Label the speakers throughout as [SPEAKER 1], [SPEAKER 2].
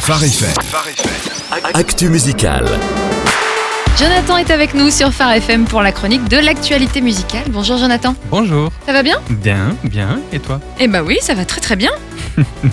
[SPEAKER 1] Phare effet.
[SPEAKER 2] Actu musicale.
[SPEAKER 3] Jonathan est avec nous sur Phare FM pour la chronique de l'actualité musicale. Bonjour Jonathan,
[SPEAKER 4] Bonjour.
[SPEAKER 3] ça va bien
[SPEAKER 4] Bien, bien. Et toi
[SPEAKER 3] Eh bah oui, ça va très très bien.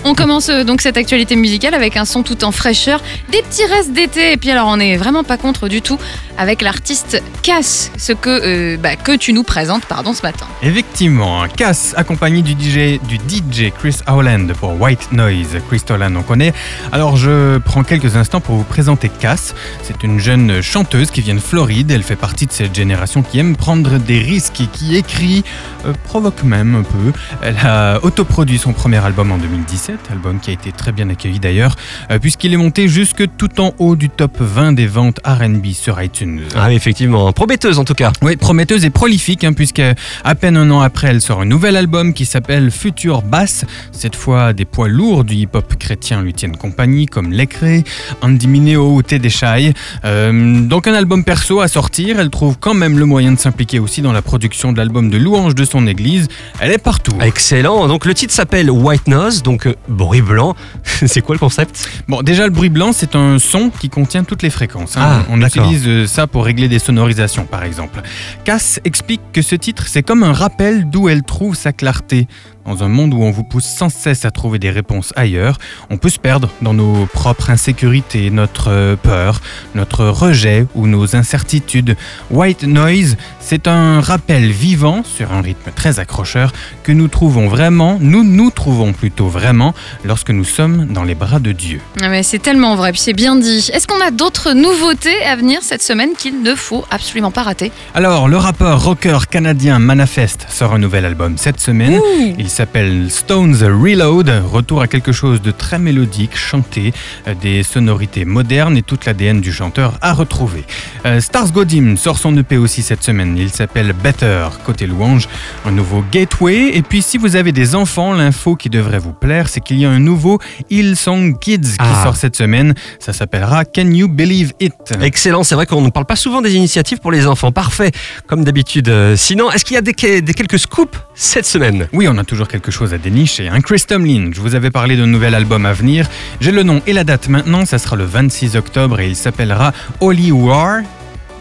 [SPEAKER 3] on commence euh, donc cette actualité musicale avec un son tout en fraîcheur, des petits restes d'été. Et puis alors on n'est vraiment pas contre du tout avec l'artiste Cass, ce que, euh, bah, que tu nous présentes pardon, ce matin.
[SPEAKER 4] Effectivement, hein, Cass accompagné du DJ, du DJ Chris Howland pour White Noise. Chris Howland, on connaît. Alors, je prends quelques instants pour vous présenter Cass. C'est une jeune chanteuse qui vient de Floride. Elle fait partie de cette génération qui aime prendre des risques et qui écrit, euh, provoque même un peu. Elle a autoproduit son premier album en 2017, album qui a été très bien accueilli d'ailleurs, euh, puisqu'il est monté jusque tout en haut du top 20 des ventes RB sur iTunes.
[SPEAKER 2] Ah oui, effectivement, prometteuse en tout cas.
[SPEAKER 4] Oui, prometteuse et prolifique, hein, puisque à peine un an après, elle sort un nouvel album qui s'appelle Future Bass. Cette fois, des poids lourds du hip-hop chrétien lui tiennent compagnie, comme Lecré, Andy Mineo ou Teddy Shai. Euh, donc un album perso à sortir, elle trouve quand même le moyen de s'impliquer aussi dans la production de l'album de louange de son église. Elle est partout.
[SPEAKER 2] Excellent. Donc le titre s'appelle White Nose, donc euh, bruit blanc. c'est quoi le concept
[SPEAKER 4] Bon, déjà, le bruit blanc, c'est un son qui contient toutes les fréquences. hein.
[SPEAKER 2] Ah,
[SPEAKER 4] On
[SPEAKER 2] d'accord.
[SPEAKER 4] utilise euh, ça pour régler des sonorisations, par exemple. Cass explique que ce titre, c'est comme un rappel d'où elle trouve sa clarté. Dans un monde où on vous pousse sans cesse à trouver des réponses ailleurs, on peut se perdre dans nos propres insécurités, notre euh, peur, notre rejet ou nos incertitudes. White Noise, c'est un rappel vivant, sur un rythme très accrocheur, que nous trouvons vraiment, nous nous trouvons plutôt vraiment, lorsque nous sommes dans les bras de Dieu.
[SPEAKER 3] Ah, mais c'est tellement vrai, puis c'est bien dit. Est-ce qu'on a d'autres nouveautés à venir cette semaine qu'il ne faut absolument pas rater
[SPEAKER 4] Alors, le rappeur rocker canadien Manifest sort un nouvel album cette semaine. Il s'appelle Stones Reload. Retour à quelque chose de très mélodique, chanté, euh, des sonorités modernes et toute l'ADN du chanteur à retrouver. Euh, Stars Godim sort son EP aussi cette semaine. Il s'appelle Better, côté louange, un nouveau gateway. Et puis, si vous avez des enfants, l'info qui devrait vous plaire, c'est qu'il y a un nouveau Hillsong Kids qui
[SPEAKER 2] Ah.
[SPEAKER 4] sort cette semaine. Ça s'appellera Can You Believe It?
[SPEAKER 2] Excellent. C'est vrai qu'on ne parle pas souvent des initiatives pour les enfants. Parfait, comme d'habitude. Euh, Sinon, est-ce qu'il y a des, des quelques scoops cette semaine
[SPEAKER 4] Oui, on a toujours quelque chose à dénicher. Un Chris Tomlin, je vous avais parlé d'un nouvel album à venir. J'ai le nom et la date maintenant, ça sera le 26 octobre et il s'appellera Holy War.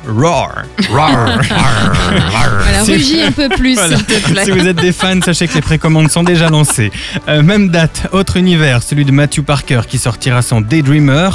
[SPEAKER 4] Roar.
[SPEAKER 2] Rar, rar, rar.
[SPEAKER 3] Alors
[SPEAKER 4] C'est-
[SPEAKER 3] rugis un peu plus
[SPEAKER 4] Ah, Voilà.
[SPEAKER 3] s'il te plaît.
[SPEAKER 4] Si vous êtes des fans, sachez que les précommandes sont déjà lancées. Euh, même date, autre univers, celui de Matthew Parker qui sortira son Daydreamer.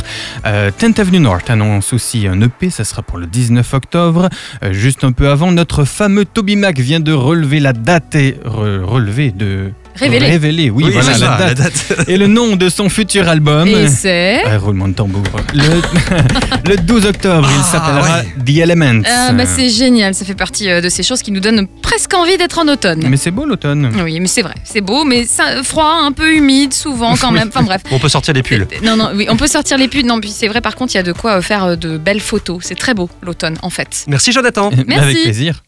[SPEAKER 4] Euh, 10th Avenue North annonce aussi un EP, ça sera pour le 19 octobre. Euh, juste un peu avant, notre fameux Toby Mac vient de relever la date et re- relever de
[SPEAKER 3] Révélé.
[SPEAKER 4] oui, voilà
[SPEAKER 2] c'est
[SPEAKER 4] la
[SPEAKER 2] ça,
[SPEAKER 4] date. et le nom de son futur album.
[SPEAKER 3] Et c'est...
[SPEAKER 4] Ouais, roulement de tambour. Le, le 12 octobre, il
[SPEAKER 2] Ah,
[SPEAKER 4] s'appellera
[SPEAKER 2] ouais.
[SPEAKER 4] The Elements.
[SPEAKER 3] Ah, bah, c'est génial, ça fait partie euh, de ces choses qui nous donnent presque envie d'être en automne.
[SPEAKER 4] Mais c'est beau l'automne.
[SPEAKER 3] Oui, mais c'est vrai, c'est beau, mais ça, froid, un peu humide, souvent quand même. Enfin bref.
[SPEAKER 2] On peut sortir les pulls.
[SPEAKER 3] Non, non, oui, on peut sortir les pulls. Non, puis c'est vrai, par contre, il y a de quoi euh, faire euh, de belles photos. C'est très beau l'automne, en fait.
[SPEAKER 2] Merci Jonathan.
[SPEAKER 4] Bah, Avec
[SPEAKER 3] Merci.
[SPEAKER 4] plaisir.